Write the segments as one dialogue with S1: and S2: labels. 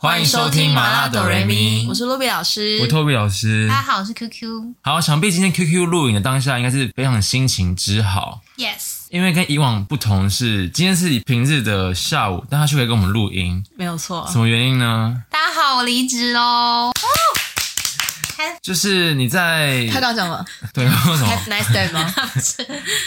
S1: 欢迎收听麻辣哆瑞咪
S2: 我是露比老师，
S1: 我托比老师
S2: 大，家好，我是 QQ。
S1: 好，想必今天 QQ 录影的当下应该是非常心情之好，
S2: Yes，
S1: 因为跟以往不同是，今天是平日的下午，但他却可以跟我们录音，
S2: 没有错
S1: 什。么原因呢？
S3: 大家好，我离职喽。
S1: 就是你在
S2: 他刚刚讲了
S1: 对为什么？
S2: Have nice day 吗？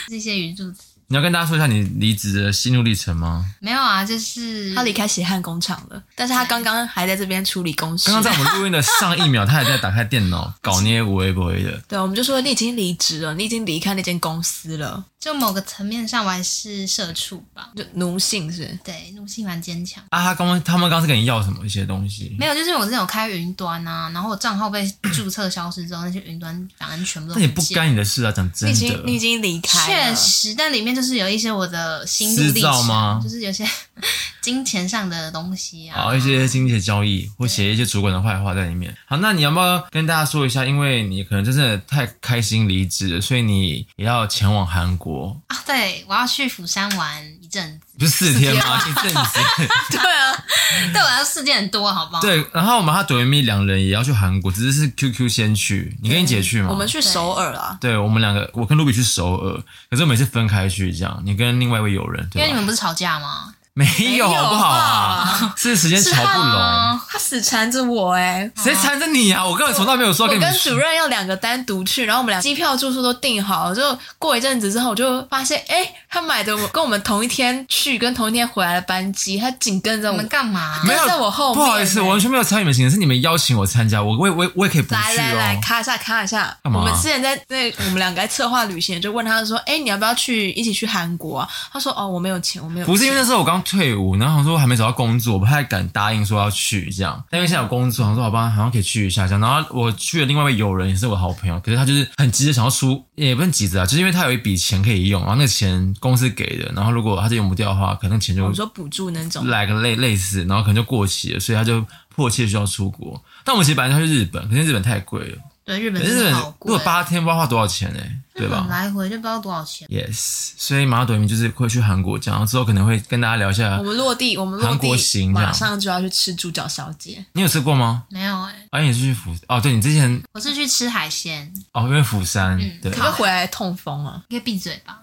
S3: 这些语助词
S1: 你要跟大家说一下你离职的心路历程吗？
S3: 没有啊，就是
S2: 他离开血汗工厂了，但是他刚刚还在这边处理公事。
S1: 刚刚在我们录音的上一秒，他还在打开电 脑搞捏无微不微的，
S2: 对，我们就说你已经离职了，你已经离开那间公司了，
S3: 就某个层面上，我还 是社畜吧。
S2: 就奴性是不是
S3: 对，奴性蛮坚强。
S1: 啊，他刚刚他们刚刚是跟你要什么一些东西？
S3: 没有，就是我之前有开云端啊，然后我账号被注册消失之后，那些云端档案全部都
S1: 那也不
S3: 见了。
S1: 干你的事啊，讲
S2: 你
S1: 真
S2: 已经你已
S1: 的。
S2: 经离开
S3: 确
S2: 了，
S3: 实，但里面就是有一些我的心路历
S1: 私造吗哦
S3: 程，就是有些 金钱上的东西啊。
S1: 好，一些经济的交易或写一些主管的坏话在里面。好，那你要不要跟大家说一下？因为你可能真的太开心离职了，所以你也要前往韩国，
S3: 啊，对，我要去釜山玩一阵 子。
S1: 不是四天吗？一阵子。
S3: 对啊，对我来说事件很多，好不好？
S1: 对，然后我们和朵云咪两人也要去韩国，只是是 QQ 先去，你跟你姐去吗？
S2: 我们去首尔啊，
S1: 对，我们两个，我跟露比去首尔，可是我们也是分开去这样。你跟另外一位友人，
S3: 因
S1: 对
S3: 为你
S1: 吧？
S3: 们不是吵架吗？
S1: 没有
S2: 没有
S1: 好不好啊？是时间瞧不拢，
S3: 吗？
S2: 他死缠着我哎、
S1: 谁缠着你啊？我根本从来没有说
S2: 我
S1: 跟你们
S2: 跟
S1: 去
S2: 主任要两个单独去，然后我们俩机票、住宿都订好了，就过一阵子之后，我就发现，哎、他买的我跟我们同一天去跟同一天回来的班机，他紧跟着
S3: 我
S2: 我
S3: 们
S1: 嗯
S3: 干嘛？
S1: 没有
S2: 跟在我后面
S1: 不好意思，
S2: 欸
S1: 我完全没有参与你们行程，是你们邀请我参加，我我也我也我也可以不去哦。
S2: 来来来，咔一下咔一下。我
S1: 干嘛
S2: 们之前在那，我们两个在策划旅行，就问他说：“哎、你要不要去一起去韩国啊？”他说：“哦，我没有钱，我没有钱。”
S1: 不是因为那时候我刚退伍，然后想说我还没找到工作，我不太敢答应说要去这样。但因为现在有工作，想说好吧，好像可以去一下这样。然后我去了另外一位友人，也是我好朋友，可是他就是很急着想要出，也不是急着啊，就是因为他有一笔钱可以用，然后那个钱公司给的，然后如果他就用不掉的话，可能钱就
S2: 我说补助那种，
S1: 来个类类似，然后可能就过期了，所以他就迫切需要出国。但我们其实本来要去日本，可是日本太贵了，
S3: 对，日本
S1: 可是
S3: 真
S1: 日
S3: 的
S1: 本
S3: 好
S1: 如
S3: 贵
S1: 果，八天不知道花多少钱呢、对
S3: 日
S1: 吧
S3: 本？来回就不知道多少钱。
S1: Yes，所以马拉朵明就是会去韩国讲，然后之后可能会跟大家聊一下
S2: 我。们落地，我们落
S1: 韩国
S2: 地，
S1: 行这样
S2: 马上就要去吃猪脚小姐。
S1: 你有吃过吗？
S3: 没有哎、
S1: 啊，你是去釜哦？对，你之前
S3: 我是去吃海鲜。
S1: 哦，因为釜山、
S3: 嗯
S1: 对。
S2: 可是回来痛风啊，
S3: 你可以闭嘴吧。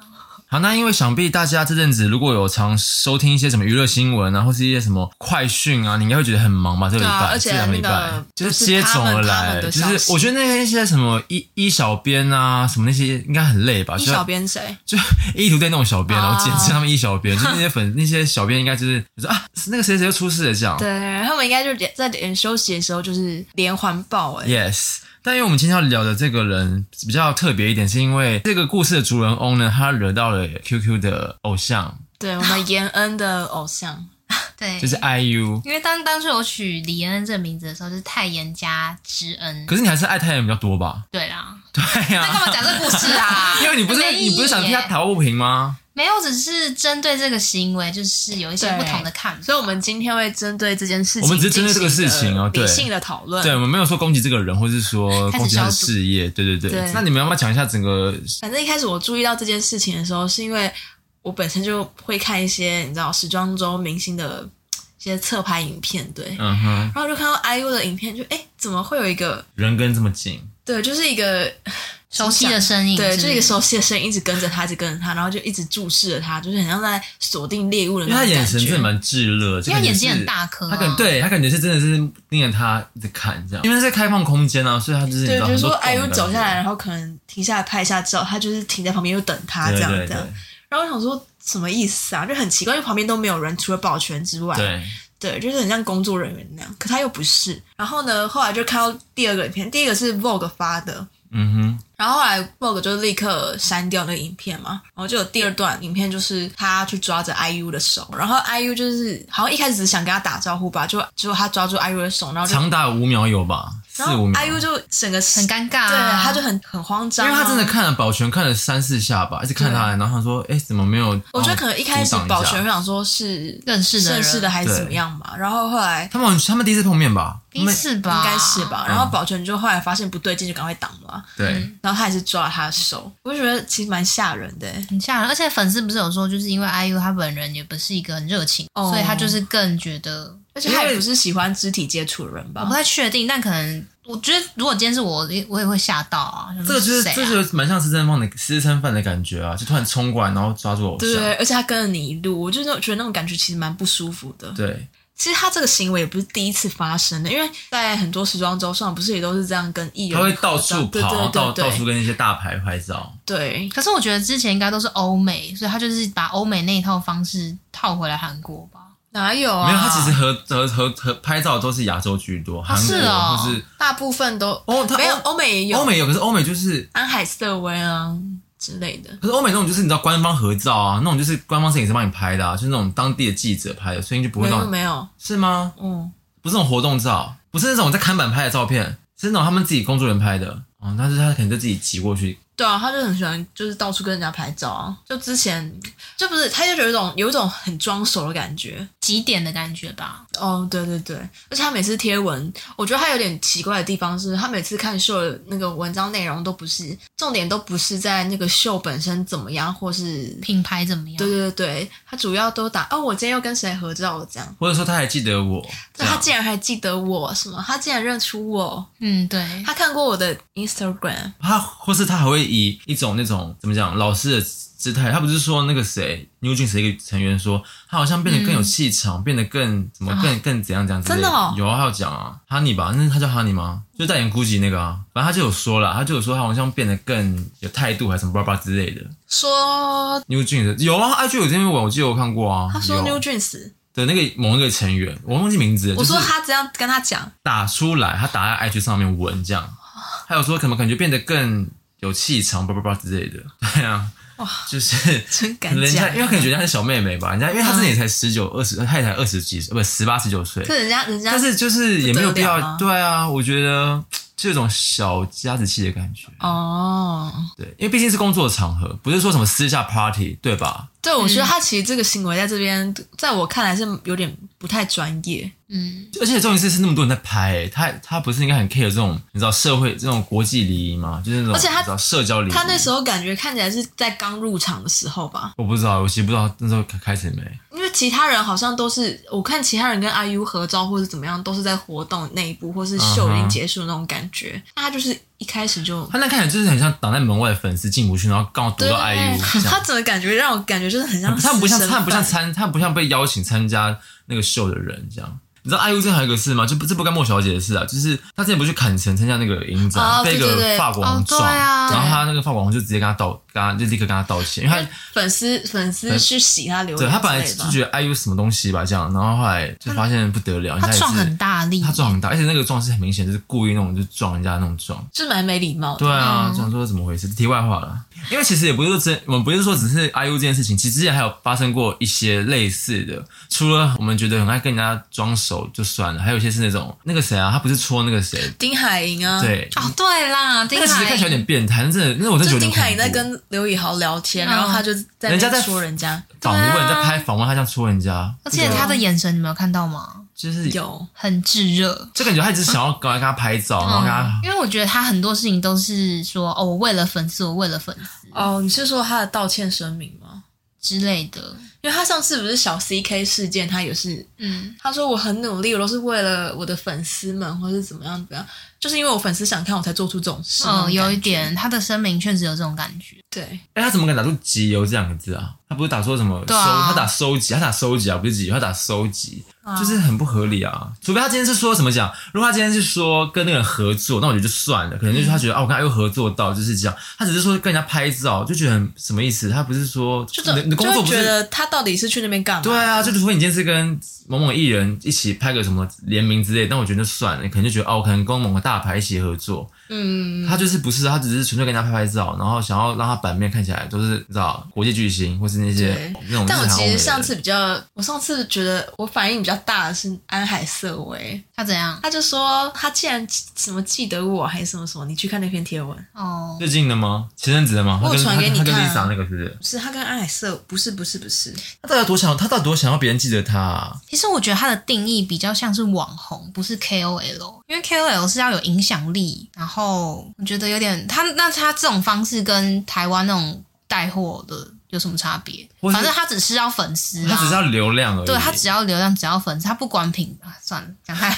S1: 好，那因为想必大家这阵子如果有常收听一些什么娱乐新闻啊，或是一些什么快讯啊，你应该会觉得很忙吧？这个礼拜、
S2: 对啊而且
S1: 这两个
S2: 那
S1: 礼
S2: 个
S1: 拜就
S2: 就是
S1: 是接踵而来，
S2: 他们他们的
S1: 就
S2: 消息
S1: 是我觉得那些什么医医小编啊，什么那些应该很累吧？
S2: 一
S1: 就
S2: 小编谁？
S1: 就医图队那种小编，然后
S2: 哦
S1: 简
S3: 啊
S1: 称他们医小编，就是那些 粉那些小编应该就是就是啊，那个谁谁又出事了这样。
S2: 对他们应该就连在连休息的时候就是连环爆哎、
S1: Yes，但因为我们今天要聊的这个人比较特别一点，是因为这个故事的主人翁呢，他惹到了 QQ 的偶像，
S2: 对我们延恩的偶像，
S3: 对，
S1: 就是 IU。
S3: 因为当当初我取李恩这个名字的时候，就是泰妍加知恩。
S1: 可是你还是爱太阳比较多吧？
S3: 对啦，
S1: 对呀、
S3: 那干嘛讲这故事啊
S1: ？因为你不是
S3: 没意义
S1: 你不是想替他
S3: 耶
S1: 讨不平吗？
S3: 没有，只是针对这个行为，就是有一些
S2: 对
S3: 不同的看法。
S2: 所以我们今天会针对这件事情，
S1: 我们只是针对这个事情哦对
S2: 理性的讨论。
S1: 对，我们没有说攻击这个人，或是说
S3: 开始
S1: 攻击他的
S3: 消毒
S1: 事业。对对对。
S2: 对
S1: 那你们要不要讲一下整个？
S2: 反正一开始我注意到这件事情的时候，是因为我本身就会看一些你知道时装周明星的嘖一些侧拍影片，对，
S1: 嗯哼，
S2: 然后就看到 IU 的影片，就哎、诶怎么会有一个
S1: 人跟这么近，
S2: 对，就是一个
S3: 熟悉的声音，
S2: 对，
S3: 之
S2: 就
S3: 类
S2: 是一
S3: 的
S2: 个熟悉的声音一直跟着他，一直跟着他，然后就一直注视着他，就是很像在锁定猎物的
S1: 因为
S2: 那
S1: 他
S2: 种
S1: 眼
S2: 感
S1: 神真的
S2: 觉。
S1: 蛮炙热，就
S3: 因
S1: 感
S3: 为
S1: 觉
S3: 眼睛
S1: 是
S3: 很大颗啊
S1: 他感对他感觉是真的是盯着他在看这样，因为在开放空间啊，所以他就是你
S2: 对
S1: 知，道
S2: 就是说哎
S1: 很多
S2: IU
S1: 动的
S2: 走下来，
S1: 感
S2: 然后可能停下来拍一下照，他就是停在旁边就等他
S1: 觉
S2: 这
S1: 对
S2: 样
S1: 对
S2: 这
S1: 对
S2: 样。然后我想说什么意思啊？就很奇怪，因为旁边都没有人，除了保全之外，
S1: 对，
S2: 对，就是很像工作人员那样，可他又不是。然后呢，后来就看到第二个影片，第一个是 Vogue 发的，
S1: 嗯哼，
S2: 然后后来 Vogue 就立刻删掉那个影片嘛，然后就有第二段影片，就是他去抓着 IU 的手，然后 IU 就是好像一开始只想跟他打招呼吧，就结果他抓住 IU 的手，然后就
S1: 长达五秒有吧，四
S2: 然后
S1: 五秒。
S2: IU 就整个
S3: 很尴尬、啊。
S2: 对，他就很很慌
S1: 因
S2: 张、啊
S1: 为他真的。看了保全看了三四下吧，一直看他，然后他说：“哎，怎么没有？”
S2: 我觉得可能一开始
S1: 帮我阻挡
S2: 保
S1: 哦一下
S2: 全会想说是
S3: 认识的人
S2: 认识的还是
S1: 对
S2: 怎么样嘛，然后后来
S1: 他们他们第一次碰面吧，
S3: 第一次吧，
S2: 应该是吧。然后保全就后来发现不对劲，就赶快挡了啊、
S1: 他们对
S3: 嗯
S2: 然后他也是抓了他的手，我就觉得其实蛮吓人的欸。
S3: 很吓人。而且粉丝不是有说，就是因为 IU 他本人也不是一个很热情，
S2: 哦
S3: 所以他就是更觉得
S2: 而且他
S1: 因
S2: 也
S1: 为
S2: 不是喜欢肢体接触的人
S3: 我不
S2: 吧？
S3: 太确定，但可能我觉得如果今天是我，我也会吓到啊。想
S1: 这
S3: 说
S1: 个就是
S3: 谁啊
S1: 这就是蛮像私生饭的私生饭的感觉啊，就突然冲过来，然后抓住偶像。
S2: 对，而且他跟着你一路，我就那种觉得那种感觉其实蛮不舒服的。
S1: 对
S2: 其实他这个行为也不是第一次发生的，因为在很多时装周上不是也都是这样跟艺人
S1: 他
S2: 合
S1: 会
S2: 照，
S1: 到处跑，
S2: 对
S1: 然后到
S2: 对对
S1: 到处
S2: 对
S1: 跟一些大牌拍照。
S2: 对，
S3: 可是我觉得之前应该都是欧美，所以他就是把欧美那一套方式套回来韩国吧。
S2: 哪有啊？
S1: 没有，他其实合合合合拍照都是亚洲居多，韩
S3: 是哦
S1: 国或是
S2: 大部分都
S1: 哦他
S2: 啊没有
S1: 欧
S2: 欧美也有
S1: 欧美有，可是欧美就是
S2: 安海瑟薇啊之类的。
S1: 可是欧美那种就是你知道官方合照啊，那种就是官方摄影师帮你拍的啊，就是那种当地的记者拍的，所以你就不会
S2: 没
S1: 那
S2: 有
S1: 种
S2: 没有，
S1: 是吗？
S2: 嗯，
S1: 不是那种活动照，不是那种在看板拍的照片，是那种他们自己工作人员拍的哦，但是他可能就自己挤过去，
S2: 对啊，他就很喜欢，就是到处跟人家拍照啊。就之前就不是，他就有一种有一种很装熟的感觉。
S3: 几点的感觉吧，
S2: 哦，对对对，而且他每次贴文，我觉得他有点奇怪的地方是，他每次看秀的那个文章内容都不是重点，都不是在那个秀本身怎么样，或是
S3: 品牌怎么样？
S2: 对对对，他主要都打哦，我今天又跟谁合照这样。
S1: 或者说他还记得我，这
S2: 他
S1: 样
S2: 竟然还记得我什么？他竟然认出我，
S3: 嗯，对，
S2: 他看过我的 Instagram。
S1: 他或是他还会以一种那种怎么讲老师的姿态，他不是说那个谁 New Jeans 一个成员说他好像变得更有气场，变得更怎么更、更怎样怎样之类
S2: 啊真的哦
S1: 有啊，他有讲啊，Honey 吧，那他叫 Honey 吗？就代言 GUCCI 那个啊，反正他就有说了，他就有说他好像变得更有态度，还是什么巴拉巴拉之类的。
S2: 说
S1: New Jeans 有啊，IG 有这篇文，我记得我看过啊，
S2: 他说
S1: 有
S2: New Jeans，
S1: 的那个某一个成员，我忘记名字了，
S2: 我说
S1: 就是
S2: 他这样跟他讲，
S1: 打出来，他打在 IG 上面文这样，还有说可能感觉变得更有气场，叭叭叭之类的，对啊，哇，就是
S2: 真 敢
S1: 人家，
S2: 讲。
S1: 因为可能觉得她是小妹妹吧，人家因为她自己也才十九 二十，她也才二十几岁，呃不十八十九岁，
S2: 可人家人家
S1: 但是就是也没有必
S2: 这得了
S1: 要，
S2: 吗
S1: 对啊，我觉得这种小家子气的感觉，
S2: 哦，
S1: 对，因为毕竟是工作场合，不是说什么私下 party，对吧？
S2: 对，我
S1: 嗯
S2: 觉得他其实这个行为在这边，在我看来是有点不太专业。
S3: 嗯，
S1: 而且重点是是那么多人在拍、欸，他他不是应该很 care 这种你知道社会这种国际礼仪吗？就是那种
S2: 而且他
S1: 你知道社交礼仪，
S2: 他那时候感觉看起来是在刚入场的时候吧，
S1: 我不知道，我其实不知道那时候开始没。
S2: 因为其他人好像都是我看其他人跟 IU 合照或者怎么样，都是在活动内部或是秀已
S1: 嗯哼
S2: 经结束的那种感觉。那他就是一开始就。
S1: 他那看起来就是很像挡在门外的粉丝进不去，然后刚好堵
S2: 对
S1: 到 IU 这
S2: 他
S1: 样。
S2: 整个感觉让我感觉就是很像
S1: 他们不像
S2: 私生
S1: 他们不像
S2: 饭
S1: 参他们不像被邀请参加那个秀的人这样。你知道 IU 这还有一个事吗？就不这不干莫小姐的事啊，就是她之前不是去坎城参加那个影展，
S2: 哦
S1: 被一
S2: 对对
S1: 个
S2: 对
S1: 法国红
S3: 哦对
S1: 撞，
S3: 啊
S1: 然后她那个法国红就直接跟她道，跟她就立刻跟她道歉，因为她
S2: 粉丝粉丝去洗他留
S1: 对
S2: 言
S1: 他本来
S2: 之类的
S1: 就
S2: 吧
S1: 觉得 IU 什么东西吧，这样，然后后来就发现不得了，人家
S3: 他
S1: 也是
S3: 撞很大力，
S1: 他撞很大，而且那个撞是很明显就是故意那种，就撞人家那种撞。
S2: 就是蛮没礼貌的。
S1: 对
S3: 嗯
S1: 啊，想说怎么回事？题外话了，因为其实也不是说真，我们不是说只是 IU 这件事情，其实之前还有发生过一些类似的，除了我们觉得很爱跟人家装熟就算了，还有一些是那种那个谁啊，他不是戳那个谁，
S2: 丁海寅啊，，
S1: 对，
S3: 哦，对啦，丁
S1: 那个其实
S3: 海
S1: 看起来有点变态，但真的，那我真的
S2: 就
S1: 觉得
S2: 丁
S1: 很恐
S2: 海寅在
S1: 怖
S2: 跟刘以豪聊天，
S3: 嗯
S2: 然后他就在那
S1: 人家在
S2: 边说人家
S1: 访问
S3: 对啊
S1: 在拍访问，他这样戳人家，
S3: 而且他的眼神你没有看到吗？
S1: 就是
S2: 有
S3: 很炙热。
S1: 就感觉他只是想要赶快跟他拍照，然后跟他
S3: 嗯，因为我觉得他很多事情都是说哦，我为了粉丝，我为了粉丝
S2: 哦，你是说他的道歉声明吗？
S3: 之类的。
S2: 因为他上次不是小 CK 事件，他也是
S3: 嗯，
S2: 他说我很努力，我都是为了我的粉丝们，或是怎么样怎么样，就是因为我粉丝想看我才做出这种事。那
S3: 哦，
S2: 种感
S3: 有一
S2: 觉
S3: 点，他的声明确实有这种感觉。
S2: 对，
S1: 哎、他怎么敢打出集邮这两个字啊？他不是打说什么收？
S3: 对啊
S1: 他打收集，他打收集啊，不是集邮，他打收集，就是很不合理啊。除非他今天是说什么讲，如果他今天是说跟那个人合作，那我觉得就算了，可能就是他觉得、啊，我跟他又合作到就是这样。他只是说跟人家拍照，就觉得很什么意思？他不是说
S2: 就是
S1: 你的你的
S2: 就
S1: 工作
S2: 会
S1: 不
S2: 觉
S1: 是？
S2: 得他到底是去那边干嘛？
S1: 对啊，就除非你今天是跟某某艺人一起拍个什么联名之类，但我觉得就算了，你可能就觉得哦，我可能跟某个大牌一起合作，
S2: 嗯，
S1: 他就是不是，他只是纯粹跟人家拍拍照，然后想要让他版面看起来都是你知道国际巨星或是那些
S2: 对
S1: 那种日韩欧美的人。
S2: 但我其实上次比较，我上次觉得我反应比较大的是安海瑟薇，
S3: 他怎样？
S2: 他就说他竟然什么记得我还是什么什么，你去看那篇贴文，
S3: 哦，
S1: 最近的吗？前阵子的吗？
S2: 我有
S1: 他跟
S2: 传给你
S1: 他跟
S2: 看
S1: Lisa
S2: 啊
S1: 那个是不是？
S2: 不是他跟安海瑟，不是不是不是，
S1: 他到底有多想？他到底多想要别人记得他、啊？
S3: 其实我觉得他的定义比较像是网红，不是 KOL，因为 KOL 是要有影响力。然后我觉得有点他，那他这种方式跟台湾那种带货的有什么差别？
S1: 或是
S3: 反正他只是要粉丝、啊，
S1: 他只是要流量而已。
S3: 对
S2: 啊
S3: 他只要流量，只要粉丝，他不管品啊，算了，讲太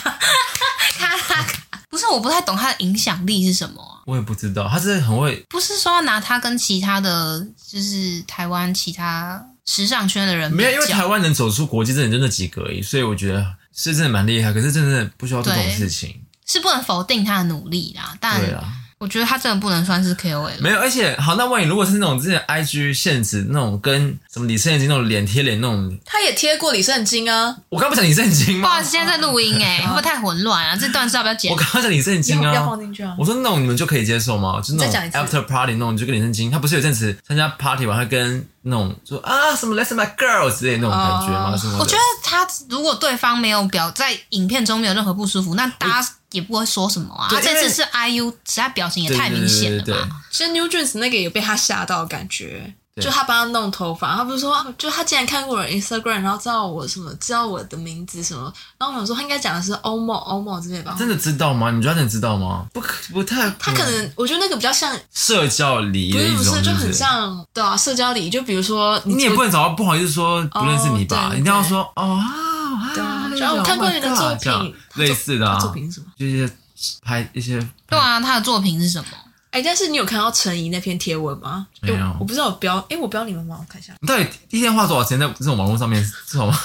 S3: 咔咔咔，不是，我不太懂他的影响力是什么啊、
S1: 我也不知道，他是很会
S3: 不是说要拿他跟其他的，就是台湾其他时尚圈的人比
S1: 没
S3: 较
S1: 有，因为台湾能走出国际，真的就那几个而已，所以我觉得是真的蛮厉害。可是真的不需要做这种
S3: 对
S1: 事情，
S3: 是不能否定他的努力啦，但
S1: 对啊。
S3: 我觉得他真的不能算是 KOL。
S1: 没有，而啊且好，那万一如果是那种之前 IG 限制那种跟什么李圣经那种脸贴脸那种，
S2: 他也贴过李圣经啊，
S1: 我刚不讲李圣经
S3: 不
S1: 吗
S3: 好意？思，现在在录音哎、 会不会太混乱啊？这段是要不要剪
S1: 我？刚刚讲李圣经
S2: 要要
S1: 啊
S2: 放。进去啊。
S1: 我说那种你们就可以接受吗？就是那
S2: 再
S1: 种
S2: 讲一次
S1: after party 那种，就跟李圣经，他不是有阵子参加 party 完，他跟那种说啊什么 let's my girl 之类的那种感觉吗？
S2: 哦
S1: 什么的？
S3: 我觉得他如果对方没有表在影片中没有任何不舒服，那大家也不会说什么啊。
S1: 对
S3: 啊这
S1: 因为
S3: 次是 IU，实在表情也
S1: 对
S3: 太明显了
S1: 对对对
S3: 吧？
S2: 其实 New Jeans 那个也被他吓到，感觉。
S1: 对
S2: 就他帮他弄头发，他不是说，啊就他竟然看过我的 Instagram，然后知道我什么，知道我的名字什么，然后我想说他应该讲的是欧某欧某之类吧
S1: 对，真的知道吗？你们觉得他能知道吗？不可不太，
S2: 他可能我觉得那个比较像，
S1: 社交礼仪
S2: 不
S1: 的
S2: 是
S1: 一
S2: 不
S1: 种，
S2: 是，就是很像对啊，社交礼仪，就比如说
S1: 你也
S2: 我
S1: 不能找到不好意思说不认识你吧，
S2: 哦对
S1: 一定要说哦啊，
S2: 对啊
S1: 嗨
S2: 然后我看过
S1: oh my
S2: 你的作
S1: god，这样
S2: 品
S1: 类似的
S2: 他
S1: 啊，
S2: 作品是什么？
S1: 就是拍一些
S3: 对啊，他的作品是什么？
S2: 哎，但是你有看到陈怡那篇贴文吗？
S1: 没有
S2: 就我不知道我标，哎，我标你们吗？我看一下，
S1: 你到底一天花多少时间在这种网络上面，知道吗？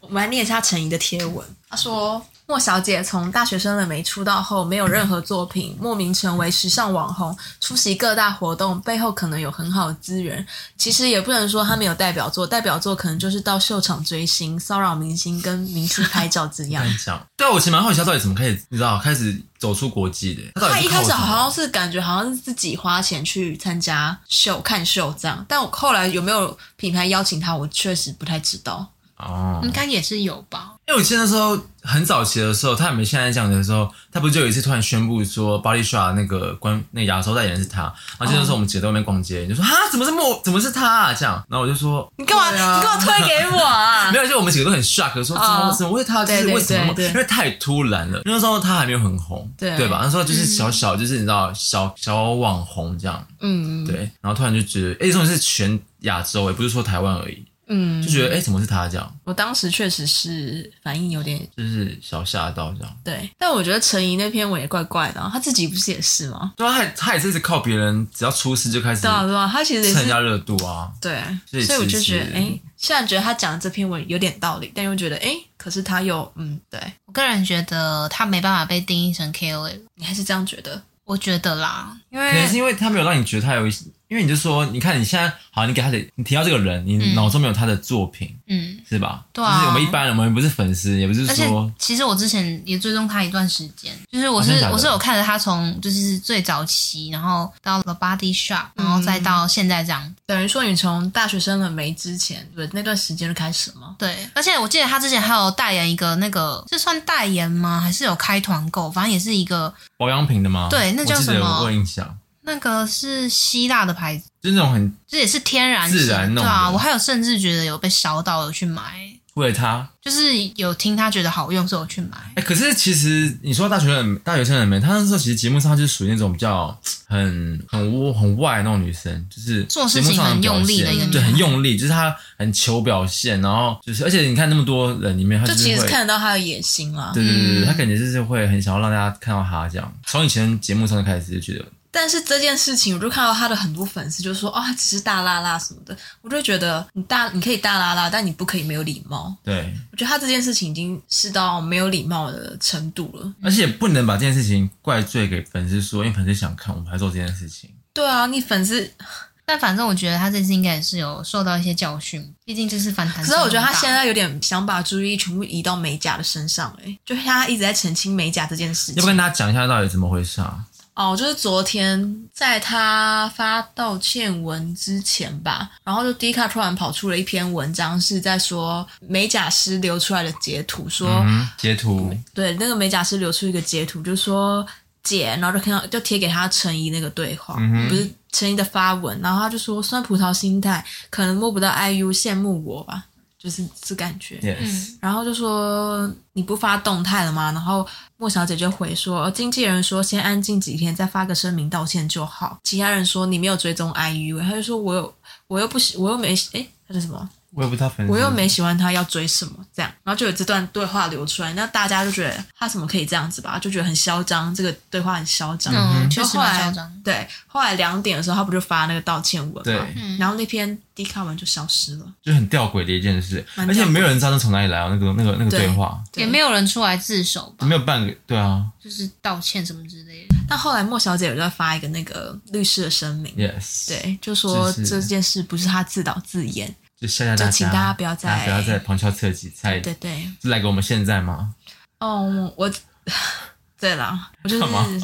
S2: 我们来念一下陈怡的贴文。他说：“莫小姐从大学生了没出道后，没有任何作品，莫名成为时尚网红，出席各大活动，背后可能有很好的资源。其实也不能说她没有代表作，代表作可能就是到秀场追星、骚扰明星、跟明星拍照这样
S1: 跟。你讲，对啊，我其实蛮好奇他到底怎么开始，你知道，开始走出国际的。他到
S2: 她
S1: 底
S2: 一
S1: 是
S2: 开
S1: 靠
S2: 始
S1: 什么
S2: 好像是感觉好像是自己花钱去参加秀、看秀这样，但我后来有没有品牌邀请她，我确实不太知道。
S1: 哦，
S3: 应该也是有吧？
S1: 因为我记得那时候很早期的时候，他还没现在这样的时候，他不是就有一次突然宣布说 Body Shop 那个官那个亚洲代言人是他，然后就那时候我们姐在外面逛街，你就说啊，怎么是莫，怎么是他、啊、这样？然后我就说
S2: 你干嘛？
S1: 对啊
S2: 你干嘛推给我啊
S1: 没？有，就我们几个都很 shock，说怎么
S2: 哦
S1: 怎么会他就
S2: 对
S1: 是
S2: 对
S1: 为什么
S2: 对？对
S1: 因为太突然了，那时候他还没有很红，
S2: 对
S1: 吧？那时候就是小小，就是你知道小小网红这样，
S2: 嗯
S1: 对。然后突然就觉得，哎，这种是全亚洲，哎，不是说台湾而已，
S2: 嗯
S1: 就觉得哎，怎么是他这样？
S2: 我当时确实是反应有点
S1: 就是小吓到这样。
S2: 对，但我觉得陈怡那篇文也怪怪的、啊，他自己不是也是吗？
S1: 对啊，他也他也是一直靠别人，只要出事就开始
S2: 对啊，
S1: 蹭
S2: 对啊，他其实也
S1: 人家
S2: 是
S1: 热度啊。
S2: 对，
S1: 所以
S2: 所以我
S1: 其
S2: 就觉得
S1: 实，
S2: 哎，虽然觉得他讲的这篇文有点道理，但又觉得，哎，可是他又，嗯，对
S3: 我个人觉得他没办法被定义成 KOL，
S2: 你还是这样觉得，
S3: 我觉得啦，因
S1: 可能是
S3: 为
S1: 因为他没有让你觉得他有一些，因为你就说，你看你现在好，你给他的，你提到这个人，你
S2: 嗯
S1: 脑中没有他的作品，
S3: 嗯，
S1: 是吧？
S3: 对啊
S1: 就是我们一般人，我们不是粉丝，也不是
S3: 而且
S1: 说
S3: 其实我之前也追踪他一段时间，就是我
S1: 啊
S3: 是、
S1: 真的假的
S3: 我是有看着他从就是最早期，然后到了 Body Shop，然后再到现在这样。
S2: 等于说你从大学生了没之前，对那段时间就开始吗？
S3: 对，而且我记得他之前还有代言一个那个，这算代言吗？还是有开团购？反正也是一个
S1: 保养品的吗？
S3: 对那叫
S1: 我记得
S3: 什么
S1: 我有印象，
S3: 那个是希腊的牌子，
S1: 就是那种很
S3: 这也是天然
S1: 自
S3: 型
S1: 然弄
S3: 对啊，
S1: 的
S3: 我还有甚至觉得有被烧到有去买，
S1: 为了他。
S3: 就是有听他觉得好用，所以我去买。
S1: 哎、可是其实你说大学生、大学生很美，她那时候其实节目上她就是属于那种比较很很窝、很外的那种女生，就是
S3: 做事情
S1: 节目上
S3: 很用力的一
S1: 表
S3: 个
S1: 现
S3: 女
S1: 对，
S3: 孩
S1: 很用力，就是她很求表现，然后就是而且你看那么多人里面，她
S2: 就是其实
S1: 会
S2: 看得到他的野心啦。
S1: 对对对对，
S3: 嗯
S1: 她感觉就是会很想要让大家看到她这样。从以前节目上就开始就觉得
S2: 但是这件事情，我就看到他的很多粉丝就说，哦，他只是大拉拉什么的，我就觉得你大你可以大拉拉，但你不可以没有礼貌。
S1: 对，
S2: 我觉得他这件事情已经是到没有礼貌的程度了。
S1: 而且不能把这件事情怪罪给粉丝说，因为粉丝想看，我们才做这件事情。
S2: 对啊，你粉丝，
S3: 但反正我觉得他这次应该也是有受到一些教训，毕竟这次反弹。
S2: 可是我觉得他现，在有点想把注意力全部移到美甲的身上、欸，哎，就是他一直在澄清美甲这件事
S1: 要不跟
S2: 情。
S1: 大家讲一下到底怎么回事啊？
S2: 哦，就是昨天在他发道歉文之前吧，然后就 D 卡突然跑出了一篇文章，是在说美甲师留出来的截图，说、
S1: 嗯，截图
S2: 对，那个美甲师留出一个截图，就说姐，然后就看到就贴给他陈怡那个对话，不是陈怡的发文，然后他就说酸葡萄心态，可能摸不到 IU，羡慕我吧，就是这感觉。
S1: ，yes，
S3: 嗯，
S2: 然后就说你不发动态了吗？然后莫小姐就回说，呃经纪人说先安静几天，再发个声明道歉就好。其他人说你没有追踪 IU，他就说我有，我又不喜，我又没哎、他是什么？
S1: 我也不知道，粉丝
S2: 我又没喜欢他，要追什么？这样，然后就有这段对话流出来，那大家就觉得他怎么可以这样子吧？就觉得很嚣张，这个对话很嚣张。
S3: 嗯，确
S2: 然后
S3: 实
S2: 后
S3: 蛮
S2: 来
S3: 嚣张。
S2: 对，后来两点的时候，他不就发那个道歉文
S1: 对
S2: 嘛，，
S3: 嗯
S2: 然后那篇低卡文就消失了，
S1: 就很吊诡的一件事，
S2: 蛮
S1: 而且
S2: 吊诡
S1: 没有人知道那从哪里来啊，那个那个那个
S2: 对
S1: 对话，
S2: 对
S3: 也没有人出来自首吧，
S1: 没有半个对啊
S3: 就是道歉什么之类的。
S2: 但后来莫小姐有在发一个那个律师的声明，
S1: ，yes，，
S2: 对，就说
S1: 就是
S2: 这件事不是她自导自演，
S1: 就吓吓大家，
S2: 就请大家不要再
S1: 大家不要再旁敲侧击，再
S2: 对对，
S1: 来给我们现在吗？
S2: 哦，我， 对啦，我就
S1: 干嘛
S2: 是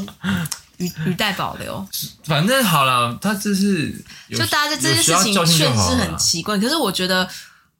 S2: 语语带保留，
S1: 反正好了，他这是有
S2: 就大家这
S1: 有需
S2: 件事
S1: 要
S2: 情
S1: 教训
S2: 确
S1: 就
S2: 实
S1: 好了
S2: 很奇怪，可是我觉得，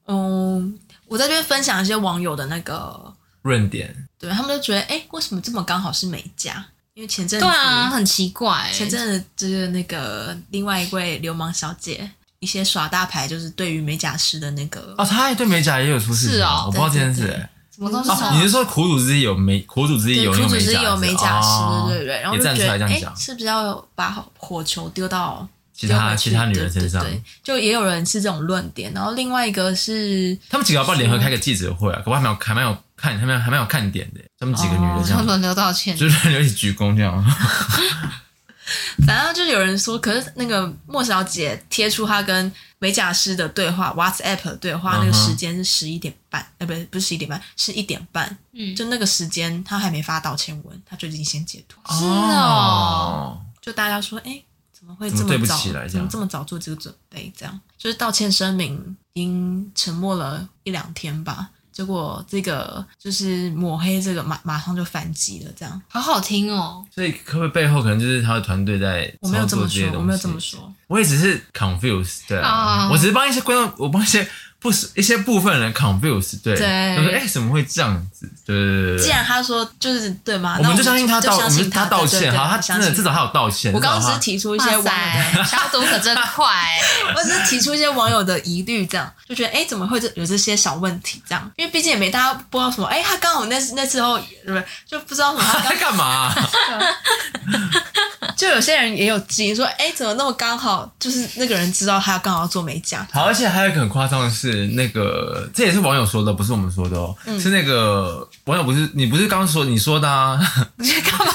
S2: 嗯，我在这边分享一些网友的那个，
S1: 论点，
S2: 对他们就觉得，哎，为什么这么刚好是美嘉？因为前阵子
S3: 对啊，很奇怪、
S2: 前阵子就是那个另外一位流氓小姐，一些耍大牌，就是对于美甲师的那个，
S1: 哦，他也对美甲也有出事情啊
S3: 是哦
S1: 我不知道这件
S2: 啊对
S1: 事
S2: 对对。
S3: 什么都是
S1: 哦，你是说苦主之间有美苦主之间
S2: 对，
S1: 有
S2: 苦
S1: 那种
S2: 主
S1: 美甲
S2: 是有美甲
S1: 哦
S2: 师，对对对，然后
S1: 也
S2: 就
S1: 站
S2: 觉
S1: 出来这
S2: 得，
S1: 样
S2: 哎
S1: 讲，，
S2: 是不是要把火球丢到
S1: 其他
S2: 丢回
S1: 其
S2: 去
S1: 他女人身上
S2: 对，对对，就也有人是这种论点，然后另外一个是
S1: 他们几个要不要联合开个记者会啊？可不好还没有还没有看，还没有还没有看点的，他们几个女人这
S3: 然后
S1: 样，
S2: 哦
S3: 轮流道歉，
S1: 就是有点鞠躬这样。
S2: 反正就是有人说，可是那个莫小姐贴出她跟美甲师的对话，WhatsApp 的对话，那
S1: 嗯
S2: 个
S1: 哼
S2: 时间是十一点半，呃，不是不是十一点半，是一点半，
S3: 嗯，
S2: 就那个时间她还没发道歉文，她就已经先截图，
S3: 是哦，
S2: 就大家说，哎，怎么会
S1: 怎么
S2: 这
S1: 对不
S2: 早
S1: 起来这样，
S2: 怎么这么早做这个准备？这样就是道歉声明已经沉默了一两天吧。结果这个就是抹黑，这个马马上就反击了，这样
S3: 好好听哦。
S1: 所以可不可以背后可能就是他的团队在
S2: 我没有
S1: 操
S2: 这
S1: 作
S2: 么
S1: 些
S2: 说，
S1: 东
S2: 我没有
S1: 西
S2: 这么说，
S1: 我也只是 confused，对啊
S3: 哦
S1: 我只是帮一些观众，我帮一些不是一些部分人 confused，对，
S2: 对
S1: 我说哎、怎么会这样子？对对对对
S2: 既
S1: 对，
S2: 然他说就是对吗？
S1: 我
S2: 那
S1: 们就相信他道，我
S2: 相信
S1: 们他道
S2: 对
S1: 歉，
S2: 对
S1: 好，他
S2: 相
S1: 真的
S2: 信
S1: 至少他有道歉。
S2: 我刚刚
S1: 至
S2: 只
S1: 少
S2: 是
S1: 他
S2: 提出一
S3: 哇
S2: 些网友
S3: 塞，消毒可真快、欸
S2: 的，我只是提出一些网友的疑虑，这样就觉得哎，诶怎么会这有这些小问题？这样，因为毕竟也没大家不知道什么，哎，他刚好那那时候不是就不知道什么，他
S1: 他在干嘛、
S2: 刚就有些人也有质疑说，哎，怎么那么刚好就是那个人知道他刚好要做美甲，
S1: 好，而且还有一个很夸张的是，那个这也是网友说的，不是我们说的哦，
S2: 嗯
S1: 是那个网友不是你不是刚刚说你说的啊，
S3: 你在干嘛？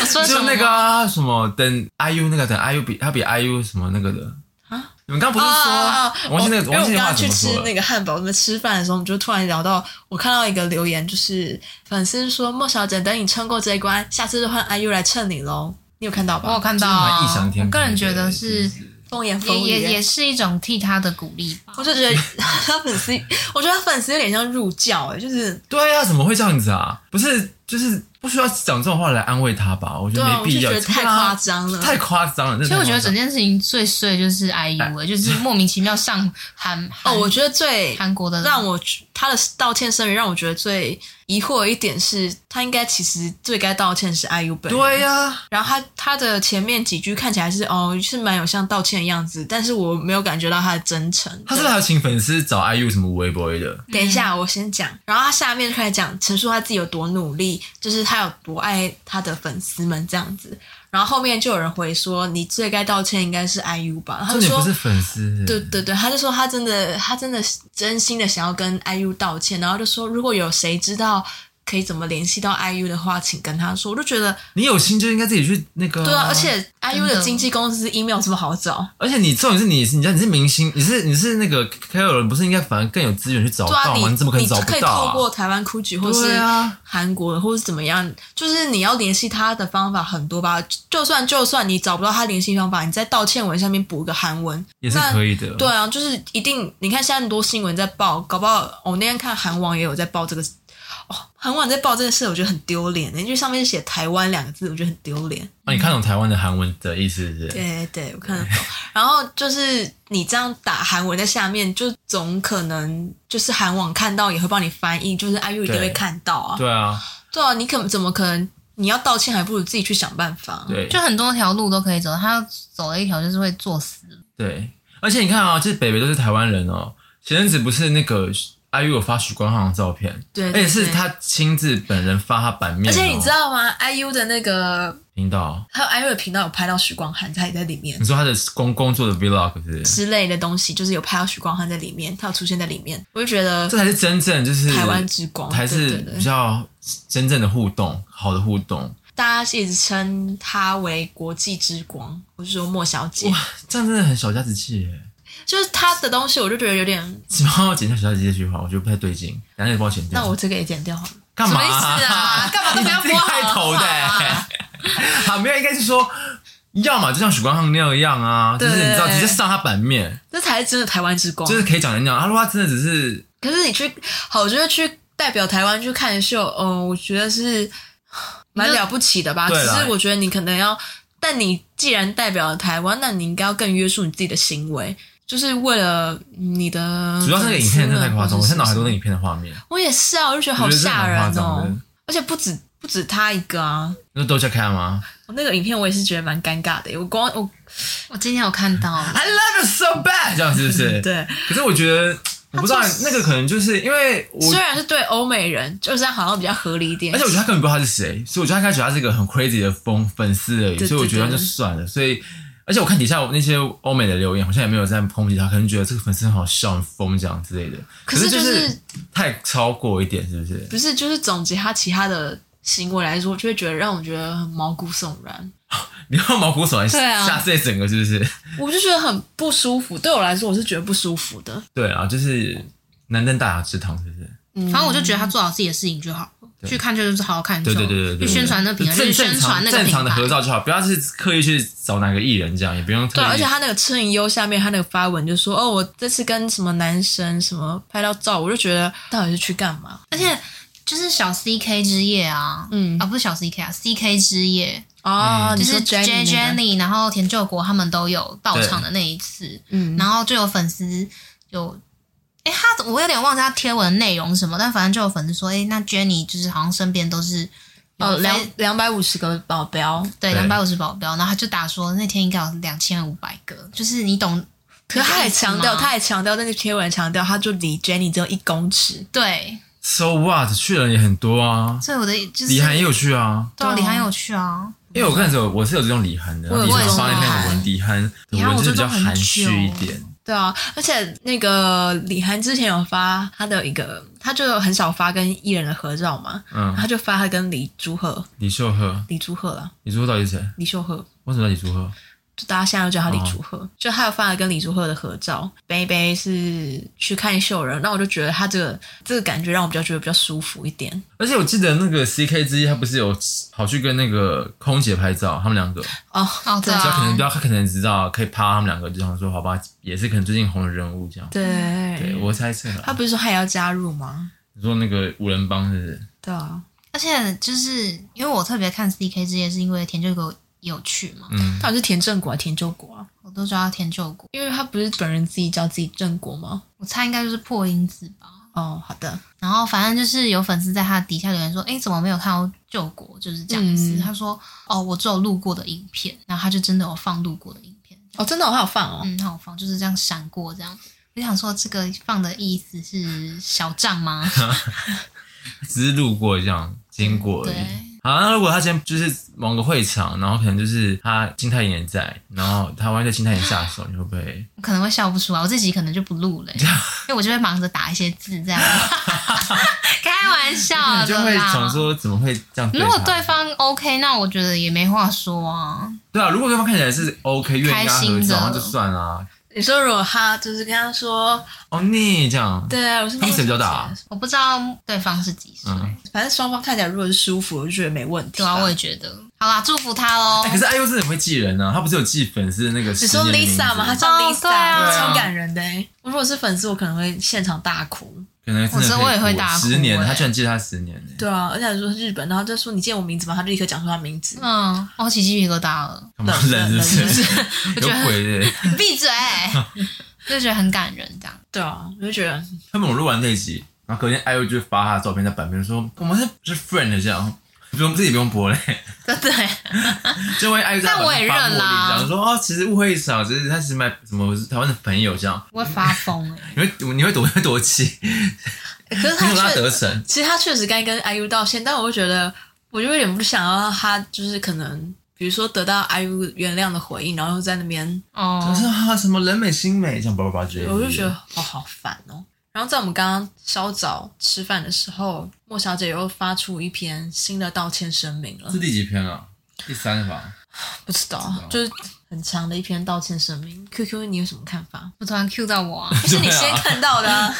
S3: 我说什
S1: 就
S3: 么？
S1: 那个、啊、什么等 IU 那个等 IU 比他比 IU 什么那个的
S2: 啊。
S1: 你们刚刚不是
S2: 哦
S1: 说，我忘记那个，
S2: 因为
S1: 忘
S2: 我
S1: 记
S2: 刚
S1: 那话
S2: 刚
S1: 怎
S2: 去
S1: 么
S2: 吃
S1: 说了
S2: 那个汉堡，我们吃饭的时候，我们就突然聊到，我看到一个留言，就是粉丝说莫小姐，等你撑过这一关，下次就换 IU 来衬你喽。你有看到
S3: 我有
S1: 哦
S2: 吧？
S3: 看到
S1: 蛮异想
S3: 啊，
S1: 天
S3: 我
S1: 开的
S3: 个人觉得是
S2: 风言风
S3: 也
S2: 语
S3: 也也是一种替他的鼓励吧。
S2: 我就觉得 他粉丝，我觉得他粉丝有点像入教哎、就是
S1: 对呀、啊，怎么会这样子啊？不是，就是不需要讲这种话来安慰他吧？我觉得
S2: 对啊，
S1: 没
S2: 我
S1: 必
S2: 就
S1: 要，
S2: 觉得太
S1: 对啊
S2: 夸张了。
S1: 太夸张了。真的
S3: 其实我觉得
S1: 太夸张
S3: 整件事情最衰就是 IU 了，就是莫名其妙上韩
S2: 哦，我
S3: 韩
S2: 觉得最
S3: 韩国的
S2: 让我他的道歉声明让我觉得最疑惑的一点是，他应该其实最该道歉是 IU 本人。
S1: 对呀、
S2: 然后他他的前面几句看起来是哦是蛮有像道歉的样子，但是我没有感觉到他的真诚。
S1: 他是不是还要请粉丝找 IU 什么微博的？
S2: 等一下，我先讲，然后他下面就开始讲陈述他自己有多努力，就是他有多爱他的粉丝们这样子。然后后面就有人回说，你最该道歉应该是 IU 吧？他
S1: 重
S2: 就
S1: 点不
S2: 说
S1: 是。粉丝，
S2: 对对对，他就说他真的，他真的是真心的想要跟 IU 道歉，然后就说如果有谁知道可以怎么联系到 IU 的话，请跟他说。我就觉得，
S1: 你有心就应该自己去那个、
S2: 对啊，而且 IU
S3: 真
S2: 的
S3: 的
S2: 经纪公司 email 这么好找，
S1: 而且你重点是你，你知道你是明星，你是你是那个 KOL，你不是应该反而更有资源去找
S2: 对啊，
S1: 到
S2: 你
S1: 吗？你怎么可能找
S2: 你可
S1: 不
S2: 以
S1: 到
S2: 透
S1: 啊？
S2: 过台湾哭局或
S1: 对
S2: 是
S1: 啊
S2: 韩国或是怎么样，就是你要联系他的方法很多吧。就就算就算你找不到他联系方法，你在道歉文下面补一个韩文
S1: 也是
S2: 那
S1: 可以的。
S2: 对啊，就是一定。你看现在很多新闻在报，搞不好我、那天看韩网也有在报这个。哦，韩网在报这个事，我觉得很丢脸。欸因为上面写“台湾”两个字，我觉得很丢脸。
S1: 啊，你看懂台湾的韩文的意思是不是？
S2: 对啊对，我看得懂。然后就是你这样打韩文在下面，就总可能就是韩网看到也会帮你翻译，就是 IU 一定会
S1: 对
S2: 看到啊。
S1: 对啊，
S2: 对啊，你可怎么可能？你要道歉，还不如自己去想办法。，
S1: 对
S3: 就很多条路都可以走，他要走了一条就是会作死。
S1: 对。而且你看啊，这北北都是台湾人哦。前阵子不是那个 IU 有发许光汉的照片，
S2: 对对
S1: 而且是
S2: 对
S1: 他亲自本人发他版面、
S2: 而
S1: 哦，
S2: 且你知道吗？IU 的那个
S1: 频道。
S2: 还有艾瑞频道有拍到许光汉，他也在里面
S1: 你说他的工工作的 vlog 是不是？
S2: 之类的东西，就是有拍到许光汉在里面，他有出现在里面，我就觉得
S1: 这才是真正就是
S2: 台湾之光，
S1: 才
S2: 哦对
S1: 嗯是
S2: 对
S1: 比
S2: 对
S1: 较真正的互动，好的互动。
S2: 大家一直称他为国际之光，我是说莫小姐，
S1: 这样真的很小家子气耶。
S2: 就是他的东西，我就觉得有点，
S1: 请帮我剪掉小家子气这句话，我觉得不太对劲。然后你帮我剪掉。
S2: 那我这个也剪掉好了。
S1: 干嘛、
S3: 什么意 思啊干嘛都不要播好
S1: 开头的、
S3: 好
S1: 欸
S3: 啊。
S1: 好，没有，应该是说，要么就像许光汉那样啊，就是你知道，
S2: 对哦
S1: 直接上他版面，
S2: 这才是真的台湾之光。
S1: 就是可以讲成那样。他如果他真的只是
S2: 可是你去，好，我觉得去代表台湾去看秀，嗯，我觉得是蛮了不起的吧。只
S1: 对啦
S2: 是我觉得你可能要，但你既然代表了台湾，那你应该要更约束你自己的行为，就是为了你的。
S1: 主要是那个影片真的太夸
S2: 嗯
S1: 张，我现在脑海中那
S2: 里。
S1: 影片的画面，
S2: 我也是啊，我就觉得好
S1: 我觉得真的
S2: 吓
S1: 蛮
S2: 人
S1: 夸张
S2: 哦
S1: 的。
S2: 而且不止不止他一个啊，
S1: 那都在看吗
S2: 我那个影片我也是觉得蛮尴尬的。我光我
S3: 我今天有看到，
S1: ？I love you so bad，这样是不是？。
S2: 对，
S1: 可是我觉得，我不知道那个可能就是因为我
S2: 虽，然是对欧美人，就是这样好像比较合理一点。
S1: 而且我觉得他根本不知道他是谁，所以我觉得他开始他是一个很 crazy 的疯粉丝而已，
S2: 对
S1: 所以我觉得
S2: 对
S1: 就
S2: 对
S1: 算了。所以，而且我看底下那些欧美的留言，好像也没有在抨击他，可能觉得这个粉丝很好笑、很疯这样之类的。可
S2: 可是
S1: 就
S2: 就是
S1: 太超过一点，是不是？
S2: 不是，就是总结他其他的行为来说，就会觉得让我觉得很毛骨悚然，
S1: 你要毛骨悚然
S3: 对啊
S1: 吓碎整个，是不 是？
S2: 我就觉得很不舒服。对我来说，我是觉得不舒服的。
S1: 对啊，就是难登大雅之堂，是不是？
S3: 反正我就觉得他做好自己的事情就好了，去看就是好好看就
S1: 对
S3: 好
S1: 对
S3: 了，
S1: 对对对，
S3: 去宣传那品牌，
S1: 正
S3: 去宣传那个
S1: 正常正
S3: 品
S1: 常的合
S3: 牌。
S1: 照就好，不要是刻意去找哪个艺人这样，也不用特
S2: 对
S1: 意。
S2: 啊，而且他那个车银优下面他那个发文就说：“哦，我这次跟什么男神什么拍到照，我就觉得到底是去干嘛
S3: 而且就是小 CK 之夜啊，
S2: 嗯
S3: 啊不是小 CK 啊，CK 之夜
S1: 嗯
S2: 哦，
S3: 就
S2: 你说
S3: 嗯是 J
S2: Jennie 那个
S3: Jenny，然后田救国他们都有到场的那一次，
S2: 嗯，
S3: 然后就有粉丝有，哎、他我有点忘记他贴文的内容是什么，但反正就有粉丝说，哎、那 Jenny 就是好像身边都是
S2: 哦，
S3: 两
S2: 两两百五十个保镖，
S3: 对
S1: 对
S3: 两百五十保镖，然后他就打说那天应该有两千五百个，就是你懂，
S2: 可是他也强调，
S3: 你懂意思吗
S2: 他也强调，那个贴文强调，他就离 Jenny 只有一公尺。
S3: 对，
S1: So what 去的人也很多啊，
S3: 所以我的就是
S1: 李涵也有去啊，
S3: 对啊，李涵也有去啊，
S1: 因为我看的时候我是有这种李涵的，
S2: 我也
S1: 李涵
S2: 是
S1: 发那篇文，李涵的
S3: 李涵
S1: 文
S3: 我
S1: 就是
S3: 追
S1: 比较
S3: 踪很
S1: 含蓄一
S3: 久
S1: 点，
S2: 对啊，而且那个李涵之前有发他的一个，他就很少发跟艺人的合照嘛，
S1: 嗯，
S2: 他就发他跟李朱赫、
S1: 李秀赫，
S2: 李朱赫啦、
S1: 李秀赫到底是谁？
S2: 李秀赫，
S1: 为什么叫李秀赫？
S2: 就大家现在都叫他李
S1: 哦
S2: 朱赫，就他有发了跟李朱赫的合照。贝贝是去看秀人，那我就觉得他这个这个感觉让我比较觉得比较舒服一点。
S1: 而且我记得那个 CK 之一，他不是有跑去跟那个空姐拍照，他们两个，
S2: 哦，
S3: 哦对
S1: 只要可能
S3: 啊
S1: 不，要，他可能知道可以趴，他们两个就想说，好吧，也是可能最近红的人物这样。
S2: 对，
S1: 对，我猜测啦。
S2: 他不是说他也要加入吗？
S1: 你说那个五人帮是不是？
S2: 对啊，
S3: 而且就是因为我特别看 CK 之夜是因为田救国也有去嘛，
S1: 嗯，
S2: 到底是田正国还是田救国啊？
S3: 我都知道田救国，
S2: 因为他不是本人自己叫自己正国吗？
S3: 我猜应该就是破音字吧。
S2: 哦，好的，
S3: 然后反正就是有粉丝在他底下留言说：“哎，怎么没有看到救国？”就是这样子。
S2: 嗯
S3: 他说：“哦，我只有录过的影片。”然后他就真的有放录过的影片，
S2: 哦，真的、哦，他有放哦。
S3: 嗯，他有放，就是这样闪过这样。我想说，这个放的意思是小账 吗？
S1: 只是路过这样，经过而已
S3: 对。
S1: 好，那如果他今天就是某个会场，然后可能就是他金泰妍也在，然后他万一对金泰妍下手，你会不会？
S3: 我可能会笑不出来，我这集可能就不录 了、欸因为我就会忙着打一些字这样。 开玩笑
S1: 你 就
S3: 的
S1: 会
S3: 啦。
S1: 想说怎么会这样对
S3: 如
S1: 他？
S3: 果对方 OK，那我觉得也没话说啊。
S1: 对啊，如果对方看起来是 OK，愿意跟他
S3: 开
S1: 合
S3: 心的
S1: 照，那就算啦。
S2: 你说如果他就是跟他说，
S1: 哦，你这样，
S2: 对啊，我是
S1: 那谁比较大啊
S3: 我不知道对方是几岁，
S1: 嗯
S2: 反正双方看起来如果是舒服，我就觉得没问题
S3: 对
S2: 吧。
S3: 啊，我也觉得。好啦，祝福他喽。
S1: 哎可是哎呦，真的很会记人啊！他不是有记粉丝的那个
S2: 你
S1: 时间
S2: 说
S1: 的名字
S2: Lisa 嘛，她叫
S3: 哦
S2: Lisa，、
S3: 对啊
S2: 超感人的、欸。我如果是粉丝，我可能会现场大哭。
S1: 可能真
S3: 我
S1: 的
S3: 知道
S1: 可以
S3: 我也会
S1: 哭
S3: 大哭
S1: 十年，
S3: 哎
S1: 他居然记他十年欸呢。
S2: 对啊，而且还说是日本，然后就说你见我名字吗？他就立刻讲出他名字。
S3: 嗯，我起鸡皮疙瘩了，
S1: 干嘛冷是不
S2: 冷
S1: 是？
S3: 我觉
S1: 有
S3: 得
S1: 鬼欸的！
S3: 闭 嘴，就觉得很感人这样。
S2: 对啊，我就觉得
S1: 他们我录完那集，然后隔天哎呦就发他的照片在版面说我们是是 friend 这样，不用自己不用播嘞。
S3: 真的，
S1: 欸就会哎呦在
S3: 但
S1: 版
S3: 我也
S1: 面发
S3: 认
S1: 茉莉
S3: 啦
S1: 这样说哦，其实误会一场，只是他是买什么台湾的朋友这样，
S3: 我会发疯哎、
S1: 你会你会躲你会躲起，
S2: 欸 可是
S1: 你
S2: 他
S1: 有让他
S2: 确
S1: 得逞。
S2: 其实他确实该跟 IU 道歉，但我会觉得，我就有点不想要他，就是可能比如说得到 IU 原谅的回应，然后在那边，
S1: 可是
S3: 哦，
S1: 啊，什么人美心美，这样叭叭叭之类的，
S2: 我就觉得哦好烦哦。然后在我们刚刚稍早吃饭的时候，莫小姐又发出一篇新的道歉声明了
S1: 是，第几篇啊？第三吧。
S2: 不知道就是很长的一篇道歉声明。QQ，你有什么看法？
S3: 我突然 Q 到我啊，
S2: 是你先
S1: 对啊
S2: 看到的、啊，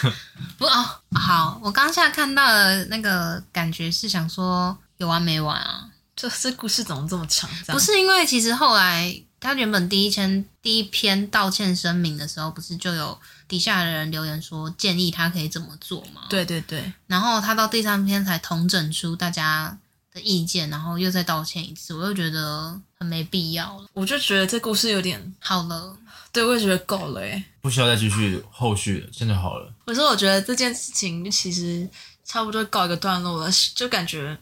S3: 不哦，好，我刚下看到的那个感觉是想说有完没完啊？
S2: 这这故事怎么这么长？这
S3: 不
S2: 样
S3: 是因为其实后来他原本第一篇第一篇道歉声明的时候，不是就有底下的人留言说建议他可以怎么做吗？。
S2: 对对对，
S3: 然后他到第三篇才统整出大家的意见，然后又再道歉一次，我又觉得很没必要了。
S2: 我就觉得这故事有点，
S3: 好了，
S2: 对我也觉得够了哎。
S1: 不需要再继续后续了，这样就好了。
S2: 可是我觉得这件事情其实差不多告一个段落了，就感觉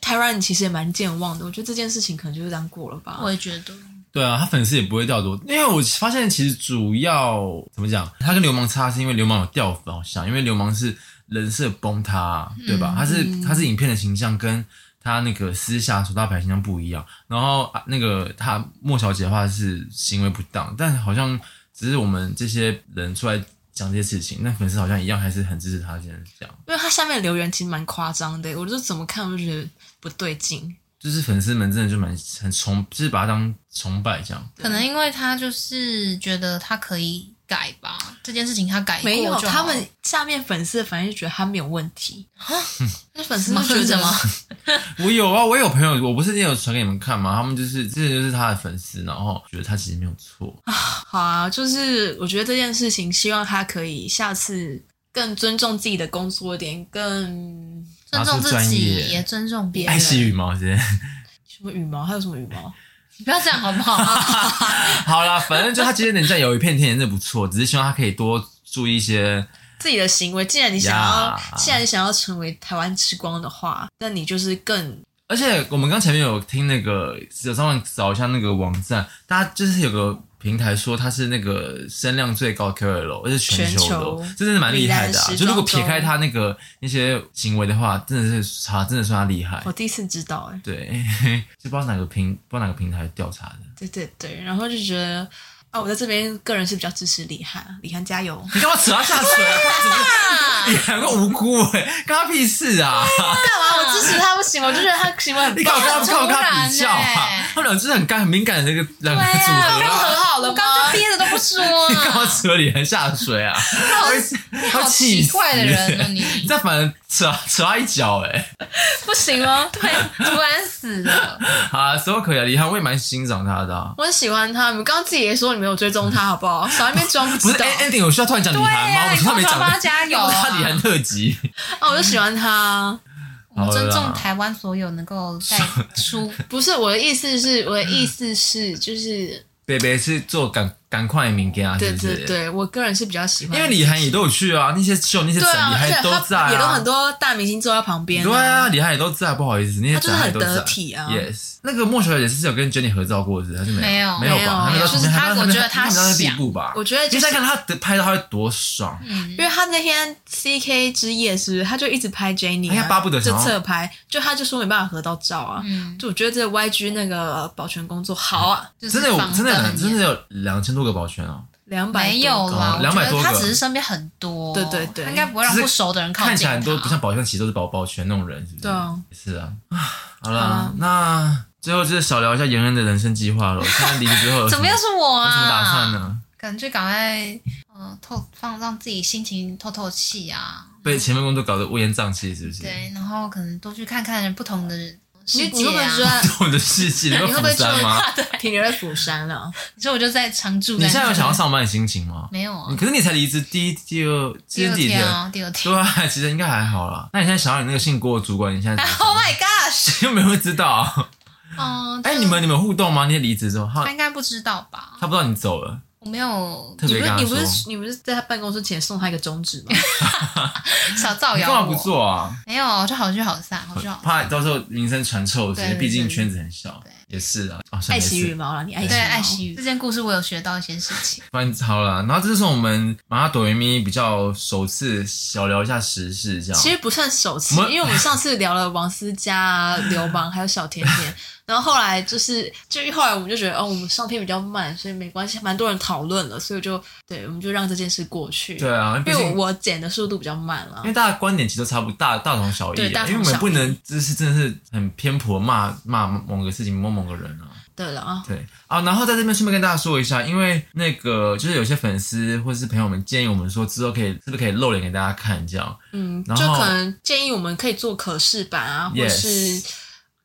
S2: 台湾人其实也蛮健忘的。我觉得这件事情可能就是这样过了吧。
S3: 我也觉得，
S1: 对啊，他粉丝也不会掉多，因为我发现其实主要怎么讲，他跟流氓差是因为流氓有掉粉，好像因为流氓是人设崩塌，对吧？他是他是影片的形象跟他那个私下所大牌形象不一样，然后啊那个他莫小姐的话是行为不当，但好像只是我们这些人出来讲这些事情，那粉丝好像一样还是很支持他这样讲。
S2: 因为他下面留言其实蛮夸张的，我就怎么看我就觉得不对劲。
S1: 就是粉丝们真的就蛮很崇，就是把他当崇拜这样。
S3: 可能因为他就是觉得他可以改吧，这件事情他改过
S2: 没有，
S3: 就好
S2: 他们下面粉丝的反应就觉得他没有问题，
S3: 那粉丝
S2: 什么
S3: 觉得
S2: 什么
S3: 吗？
S1: 我有啊，我有朋友，我不是也有传给你们看吗？他们就是这就是他的粉丝，然后觉得他其实没有错。
S2: 好啊，就是我觉得这件事情，希望他可以下次更尊重自己的工作一点，更
S3: 尊重自
S1: 他是专
S3: 己，
S1: 业
S3: 也尊重别
S1: 爱
S3: 人。
S1: 惜羽毛 直接。
S2: 什么羽毛，还有什么羽毛？
S3: 你不要这样好 不好？
S1: 好啦，反正就他其实人家有一片天也是不错，只是希望他可以多注意一些。
S2: 自己的行为，既然你想要
S1: 呀
S2: 既然你想要成为台湾之光的话，那你就是更
S1: 而且我们刚前面有听那个，有上网找一下那个网站，大家就是有个平台说它是那个声量最高 KOL，而且全球的哦，
S2: 全球
S1: 这真的蛮厉害的、
S2: 米兰
S1: 啊。
S2: 时装周
S1: 就如果撇开他那个那些行为的话，真的是他真的算他厉害
S2: 我。第一次知道哎、
S1: 对， 就不知道哪个平不知道哪个平台调查的。
S2: 对对对，然后就觉得啊，我在这边个人是比较支持李涵，李涵加油。
S1: 你干嘛扯他下水啊？怎么你两个无辜哎、干他屁事啊！
S2: 干 嘛？我支持他不行，我就觉得他行为 很
S1: 你干嘛跟他干
S3: 很
S1: 嘛跟
S3: 突
S1: 他
S3: 然
S1: 比较啊
S3: 欸？
S1: 他们俩就是很干很敏感的那个两个
S3: 对
S1: 组
S3: 啊
S1: 合
S2: 刚
S1: 啊
S2: 很。好了
S3: 我
S2: 吗？
S3: 刚刚就憋着都不说 啊！
S1: 干嘛扯你还下水啊？
S3: 你好
S1: 好
S3: 奇怪的 人哦，你
S1: 你再反正扯扯他一脚哎、
S2: 不行哦吗？
S3: 对，突然死了，
S1: 好啊，所有可以啊，李涵我也蛮欣赏他的、啊。
S2: 我很喜欢他，你们刚刚自己也说你没有追踪他，好不好？少在那边装不
S1: 不
S2: 知
S1: 是
S2: 道。哎
S1: 欸 ending，我需要突然讲李涵吗？
S3: 对啊
S1: 我说他没讲
S3: 你干嘛帮他加油啊
S1: 他李涵特辑。
S2: 啊，我就喜欢他。
S1: 嗯
S3: 我们尊
S1: 好
S3: 重
S1: 了啦
S3: 台湾所有能够在出
S2: 不是我的意思是，我的意思是，就是
S1: 北北是做赶赶快名给啊，
S2: 对
S1: 是不是
S2: 对对，我个人是比较喜欢，
S1: 因为李涵也都有去啊，那些秀那些
S2: 对
S1: 展，
S2: 啊，
S1: 李
S2: 而
S1: 涵
S2: 且
S1: 都在、
S2: 他也都很多大明星坐在旁边、
S1: 对啊，，李涵也都在，不好意思，那些
S2: 他就是
S1: 展
S2: 很
S1: 还都在
S2: 得体啊
S1: Yes，那个莫小姐是有跟 Jenny 合照过是不是还是没有？
S3: 没
S1: 没
S3: 有
S1: 吧？
S2: 没有
S1: 那个
S3: 就是他
S1: 那个
S3: 我觉得他
S1: 那个那个地
S3: 想
S1: 步吧。
S2: 我觉得
S1: 你
S2: 就是
S1: 在看他得拍到他会多爽，
S2: 因为他那天 CK 之夜是不是，他就一直拍 Jenny，、啊、
S1: 哎呀巴不得
S2: 就
S1: 想要
S2: 侧拍，就他就说没办法合到照啊。
S3: 嗯
S2: 就我觉得这 YG 那个呃保全工作好啊，
S3: 就是
S1: 真的有
S3: 防
S1: 真的有
S3: 弹
S1: 真的有两千多个保全哦，
S2: 两百
S3: 没有啦，
S1: 哦200
S3: 我觉得
S1: 多个
S3: 他只是身边很多，
S2: 对对对
S3: 他应该不会让不熟的人靠近
S1: 看起来很多
S3: 他
S1: 不像保全，其实都是保保全那种人，是不是？
S2: 对啊，
S1: 是啊，唉好
S2: 好
S1: 啦
S2: 啦，
S1: 那最后就是少聊一下延恩的人生计划 了。现在离职之后有什
S3: 怎么又是我
S1: 有
S3: 啊？
S1: 什么打算？呢？
S3: 可能就赶快嗯、呃透放让自己心情透透气啊，
S1: 被前面工作搞得乌烟瘴气，是不是？
S3: 对，然后可能多去看看不同的
S2: 你
S3: 世界
S2: 你会不会
S3: 啊
S2: 觉。得
S1: 我的世界，你
S3: 你会不会
S1: 会
S3: 觉
S1: 负担吗？
S3: 得对？
S2: 停留在釜山了？
S3: 你说我就在常住
S1: 你
S3: 在那。
S1: 现在有想要上班的心情吗？
S3: 没有啊
S1: 你？可是你才离职第一、第二，今天
S3: 第
S1: 第
S3: 二
S1: 几
S3: 天
S1: 天？
S3: 啊，第二天。
S1: 对啊，其实应该还好啦。那你现在想要你那个姓郭的主管，你现 在
S3: Oh my gosh！
S1: 又没有人知道？
S3: 嗯，
S1: 哎，
S3: 就
S1: 你们你们有互动吗？你离职之后，他
S3: 他应该不知道吧？
S1: 他不知道你走了，
S3: 我我没有
S1: 特
S2: 你
S1: 别
S2: 不
S1: 跟
S2: 是
S1: 他
S2: 你
S1: 说
S2: 不，是你不是在他办公室前送他一个 中指吗？
S3: 小造
S1: 你干
S3: 谣
S1: 嘛
S3: 我，
S1: 不做啊？
S3: 没有，就好聚好散，好聚好散。
S1: 怕到时候名声传臭之类，
S3: 对
S1: 毕竟
S3: 对
S1: 圈子很小
S3: 对，
S1: 也是啊。哦，算
S2: 爱
S1: 了
S2: 惜
S1: 也是
S2: 羽毛啦，你爱惜
S3: 对，
S2: 羽毛
S3: 爱惜语这件故事，我有学到一些事情。
S1: 翻超了啦。然后这是我们麻辣朵云咪比较首次小聊一下时事，这样。
S2: 其实不算首次，
S1: 我们
S2: 因为我们上次聊了王思佳、啊、刘邦还有小甜甜， 然后后来就是就后来我们就觉得哦，我们上片比较慢，所以没关系，蛮多人讨论了，所以就对，我们就让这件事过去。
S1: 对啊，毕
S2: 因为
S1: 竟
S2: 我我剪的速度比较慢了
S1: 因为，大家观点其实都差不多，大大同小异
S2: 对大
S1: 啊。
S2: 同
S1: 因为我们
S2: 小异
S1: 不能就是真的是很偏颇地骂骂某个事情某某个人啊。
S2: 对了啊，
S1: 对啊，然后在这边顺便跟大家说一下，因为那个就是有些粉丝或是朋友们建议我们说之后可以是不是可以露脸给大家看这样。
S2: 嗯，
S1: 然
S2: 就
S1: 后
S2: 可能建议我们可以做可视版啊，或
S1: Yes
S2: 是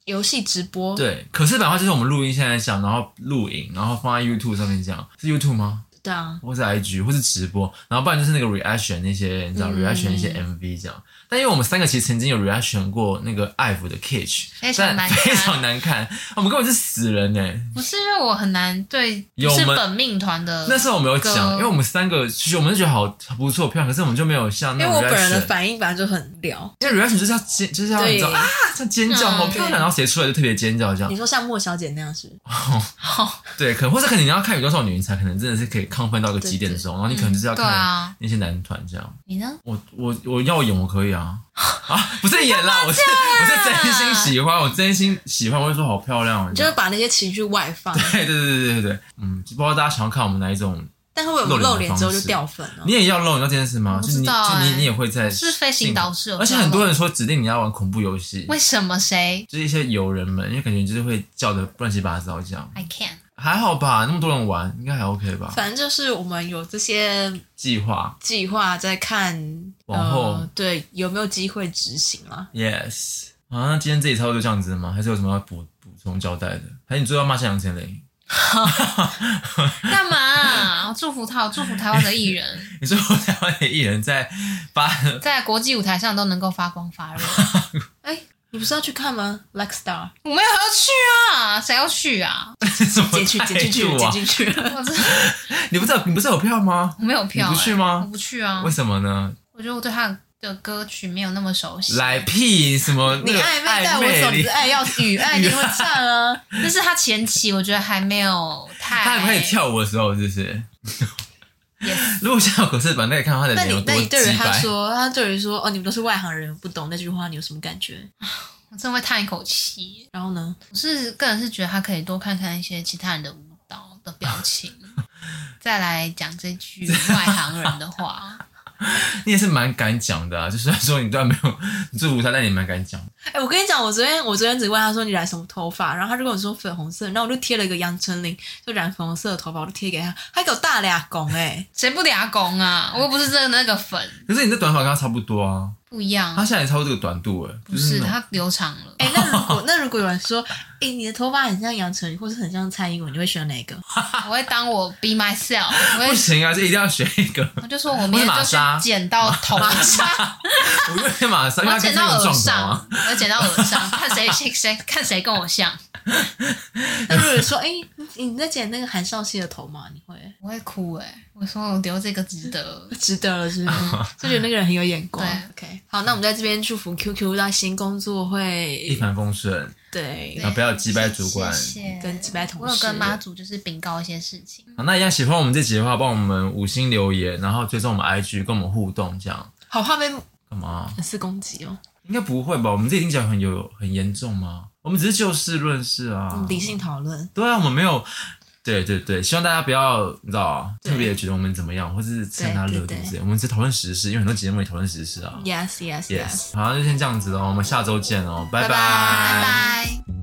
S2: 游戏直播，
S1: 对，可是版的话就是我们录音现在讲，然后录影，然后放在 YouTube 上面这样，是 YouTube 吗？
S2: 对啊，
S1: 或是 IG 或是直播，然后不然就是那个 reaction 那些，你知道、
S2: 嗯
S1: reaction 一些 MV 这样。但因为我们三个其实曾经有 reaction 过那个 IVE 的 Catch，
S3: 非常难看
S1: 非常难看，我们根本是死人欸呢、
S3: 不是因为我很难对，不
S1: 有
S3: 是
S1: 吗
S3: 本命团
S2: 呃
S3: 的，
S1: 那时候我们有讲，
S3: 哥
S1: 因为我们三个其实我们就觉得好不错漂亮，可是我们就没有像那
S2: 因为
S1: 种
S2: 我
S1: reaction，
S2: 本人的反应本来就很聊。
S1: 因为 reaction 就是要尖，就是要
S2: 对
S1: 你知道啊，像尖叫，
S3: 嗯
S1: 好漂
S2: 对
S1: 亮，然后谁出来就特别尖叫这样
S2: 你。说像莫小姐那样是不是？
S1: 哦对，可能或者可能你要看《宇宙少女》，你才可能真的是可以亢奋到一个极点的时候，然后你可能就是要
S3: 嗯对
S1: 看
S3: 啊，
S1: 那些男团这样。
S3: 你呢？
S1: 我我我要演我可以 啊啊！不是演啦，我是我是真心喜欢，我真心喜欢，我会说好漂亮哦。
S2: 你
S1: 这
S2: 就
S1: 样
S2: 是把那些情绪外放，
S1: 对对对对对对，嗯，就不知道大家想要看我们哪一
S3: 嗯
S1: 种。
S2: 但会不会我们
S1: 露
S2: 露
S1: 脸的
S2: 脸之后
S1: 方
S2: 就
S1: 式
S2: 掉粉啊了？
S1: 你也要露，你知道这件事吗？
S3: 我
S1: 就
S3: 不
S1: 是
S3: 知
S1: 你
S3: 道
S1: 就你
S3: 欸
S1: 你也会在
S3: 是飞行导师有
S1: 而且很
S3: 教
S1: 多
S3: 吗
S1: 人说指定你要玩恐怖游戏，
S3: 为什么谁
S1: 就是一些友人们，因为感觉就是会叫的乱七八糟这样。
S3: ？I can。
S1: 还好吧，那么多人玩，应该还 OK 吧？
S2: 反正就是我们有这些
S1: 计划
S2: 计划在看，
S1: 往后
S2: 呃、对有没有机会执行啦、
S1: ，Yes。啊，那今天这里差不多就这样子吗？还是有什么要补补充交代的？还是你最后要骂下杨丞琳？
S3: 干嘛、 我祝福他，我祝福台湾的艺 人
S1: 你说我台湾的艺人在发
S3: 在国际舞台上都能够发光发热。
S2: 哎、你不是要去看吗 ？Like Star，
S3: 我没有要去啊，谁要去啊？
S1: 什么
S2: 剪去剪进去，
S1: 态度
S2: 剪
S1: 啊？
S2: 进去。
S3: 我真
S1: 你不知道你不是有票吗？
S3: 我没有票、欸，
S1: 你不去吗
S3: 我不去啊
S2: 嗯
S1: 为，什么呢？
S3: 我觉得我对他的歌曲没有那么熟悉。
S1: 来屁什么那
S2: 你
S1: 个
S2: 暧昧在
S1: 暧
S2: 我手
S1: 昧
S2: 之
S1: 里？
S2: 爱要与爱，你会唱啊？
S3: 但是他前期我觉得还没有太，
S1: 他还可以跳舞的时候，是不是？
S3: Yes
S1: 如果像可是把那个看到他的
S2: 那
S1: 脸有
S2: 你
S1: 多
S2: 那你对于
S1: 鸡
S2: 他
S1: 掰，
S2: 说，他对于说，哦，你们都是外行人，不懂那句话，你有什么感觉？
S3: 我真的会叹一口气。
S2: 然后呢？
S3: 我是个人是觉得他可以多看看一些其他人的舞蹈的表 情，再来讲这句外行人的话。
S1: 你也是蛮敢讲的啊。就虽然说你对他没有你祝福他，但你蛮敢讲。
S2: 哎、我跟你讲，我昨天我昨天只问他说你染什么头发，然后他就跟我说粉红色，然后我就贴了一个杨丞琳，就染粉红色的头发，我就贴给他，他给我大俩拱哎，
S3: 谁不俩拱啊？我又不是真的那个粉，
S1: 可是你的短发跟他差不多啊，
S3: 不一样
S1: 他。现在也超过这个短度哎，
S3: 不
S1: 就是
S3: 是
S1: 那种
S3: 他留长了，
S2: 哎、那如 果那如果有人说，哎、你的头发很像杨丞琳，或是很像蔡英文，你会选哪一个？
S3: 我会当我 be myself，我
S1: 不
S3: 会
S1: 行啊，这一定要选一个。
S3: 我就说我明天就去剪到头上，
S1: 我因为马上，因为
S3: 我
S1: 他跟
S3: 剪
S1: 这种撞头啊
S3: 到耳上，我剪到耳上，看谁谁谁看谁跟我像，
S2: 那如果有人说，哎、你你在剪那个韩少熙的头吗？你会
S3: 我会哭哎、我说我留这个 值得，
S2: 值得了是不是？就觉得那个人很有眼光。
S3: 对
S2: OK，好，那我们在这边祝福 QQ 在新工作
S1: 一
S2: 会
S1: 帆风顺，
S2: 对
S1: 啊然后不要击败主管。
S3: 谢谢
S2: 跟几百同事
S3: 我有跟妈祖就是禀告一些事情，
S1: 好，那一样喜欢我们这集的话，帮我们五星留言，然后追踪我们 IG，跟我们互动，这样
S2: 好怕被
S1: 干嘛？
S2: 粉丝攻击哦，
S1: 应该不会吧？我们这已经讲很有很严重吗？我们只是就事论事
S2: 我
S1: 啊
S2: 嗯们，理性讨论。
S1: 对啊，我们没有。对对对，希望大家不要你知道啊
S2: 对
S1: 特别觉得我们怎么样，或是蹭他热度
S2: 对对对
S1: 之类。我们只讨论时事，因为很多节目也讨论时事啊。
S2: Yes, yes, yes.
S1: Yes，好，那就先这样子喽，我们下周见哦，拜
S2: 拜
S3: 拜
S1: 拜
S3: 拜。